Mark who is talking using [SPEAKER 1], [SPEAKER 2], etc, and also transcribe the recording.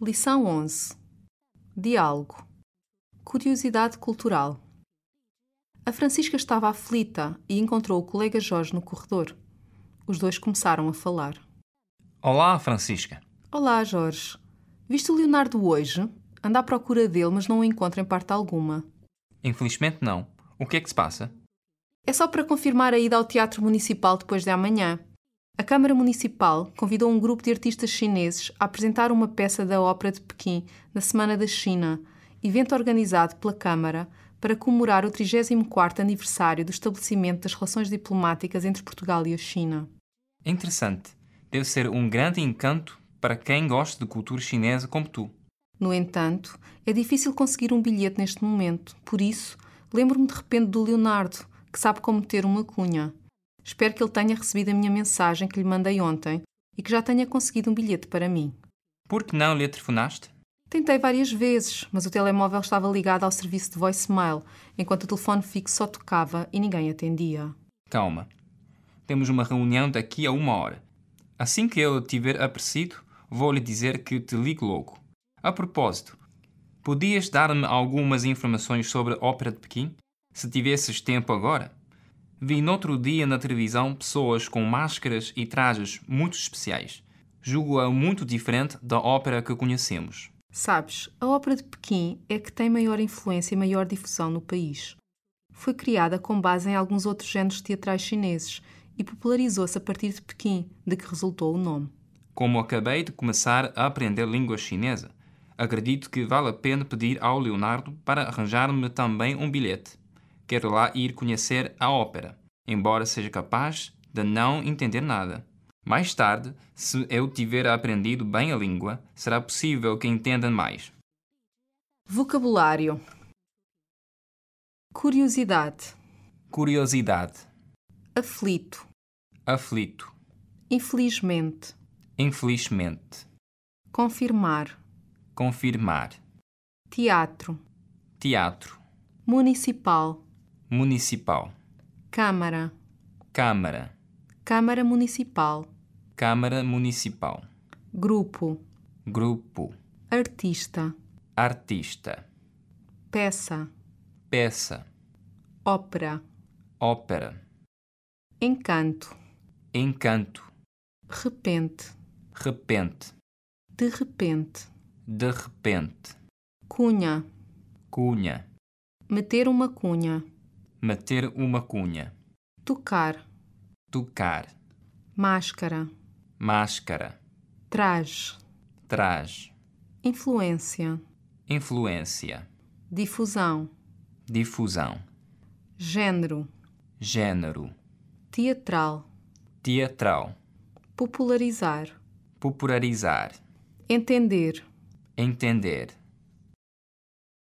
[SPEAKER 1] Lição 11. Diálogo. Curiosidade cultural. A Francisca estava aflita e encontrou o colega Jorge no corredor. Os dois começaram a falar.
[SPEAKER 2] Olá, Francisca.
[SPEAKER 1] Olá, Jorge. Viste o Leonardo hoje? Anda à procura dele, mas não o encontra em parte alguma.
[SPEAKER 2] Infelizmente não. O que é que se passa?
[SPEAKER 1] É só para confirmar a ida ao Teatro Municipal depois de amanhã. A Câmara Municipal convidou um grupo de artistas chineses a apresentar uma peça da Ópera de Pequim na Semana da China, evento organizado pela Câmara para comemorar o 34º aniversário do estabelecimento das relações diplomáticas entre Portugal e a China.
[SPEAKER 2] Interessante. Deve ser um grande encanto para quem gosta de cultura chinesa como tu.
[SPEAKER 1] No entanto, é difícil conseguir um bilhete neste momento, por isso, lembro-me de repente do Leonardo, que sabe como ter uma cunha. Espero que ele tenha recebido a minha mensagem que lhe mandei ontem e que já tenha conseguido um bilhete para mim.
[SPEAKER 2] Por que não lhe telefonaste?
[SPEAKER 1] Tentei várias vezes, mas o telemóvel estava ligado ao serviço de voicemail, enquanto o telefone fixo só tocava e ninguém atendia.
[SPEAKER 2] Calma. Temos uma reunião daqui a uma hora. Assim que eu tiver aparecido, vou lhe dizer que te ligo logo. A propósito, podias dar-me algumas informações sobre a Ópera de Pequim, se tivesses tempo agora? Vi no outro dia na televisão pessoas com máscaras e trajes muito especiais. Julgo-a muito diferente da ópera que conhecemos.
[SPEAKER 1] Sabes, a ópera de Pequim é que tem maior influência e maior difusão no país. Foi criada com base em alguns outros géneros teatrais chineses e popularizou-se a partir de Pequim, de que resultou o nome.
[SPEAKER 2] Como acabei de começar a aprender língua chinesa, acredito que vale a pena pedir ao Leonardo para arranjar-me também um bilhete. Quero lá ir conhecer a ópera, embora seja capaz de não entender nada. Mais tarde, se eu tiver aprendido bem a língua, será possível que entenda mais.
[SPEAKER 1] Vocabulário: curiosidade,
[SPEAKER 2] Curiosidade,
[SPEAKER 1] aflito,
[SPEAKER 2] aflito,
[SPEAKER 1] infelizmente,
[SPEAKER 2] infelizmente,
[SPEAKER 1] confirmar,
[SPEAKER 2] confirmar,
[SPEAKER 1] teatro,
[SPEAKER 2] teatro,
[SPEAKER 1] municipal,
[SPEAKER 2] municipal,
[SPEAKER 1] câmara,
[SPEAKER 2] câmara,
[SPEAKER 1] câmara municipal,
[SPEAKER 2] câmara municipal,
[SPEAKER 1] grupo,
[SPEAKER 2] grupo,
[SPEAKER 1] artista,
[SPEAKER 2] artista,
[SPEAKER 1] peça,
[SPEAKER 2] peça,
[SPEAKER 1] ópera,
[SPEAKER 2] ópera,
[SPEAKER 1] encanto,
[SPEAKER 2] encanto,
[SPEAKER 1] repente,
[SPEAKER 2] repente,
[SPEAKER 1] de repente,
[SPEAKER 2] de repente,
[SPEAKER 1] cunha,
[SPEAKER 2] cunha.
[SPEAKER 1] meter uma cunha,
[SPEAKER 2] Meter uma cunha.
[SPEAKER 1] tocar,
[SPEAKER 2] Tocar.
[SPEAKER 1] máscara,
[SPEAKER 2] Máscara.
[SPEAKER 1] traje,
[SPEAKER 2] Traz.
[SPEAKER 1] influência,
[SPEAKER 2] Influência.
[SPEAKER 1] difusão,
[SPEAKER 2] Difusão.
[SPEAKER 1] género,
[SPEAKER 2] Gênero.
[SPEAKER 1] teatral,
[SPEAKER 2] Teatral.
[SPEAKER 1] popularizar,
[SPEAKER 2] Popularizar.
[SPEAKER 1] entender,
[SPEAKER 2] Entender.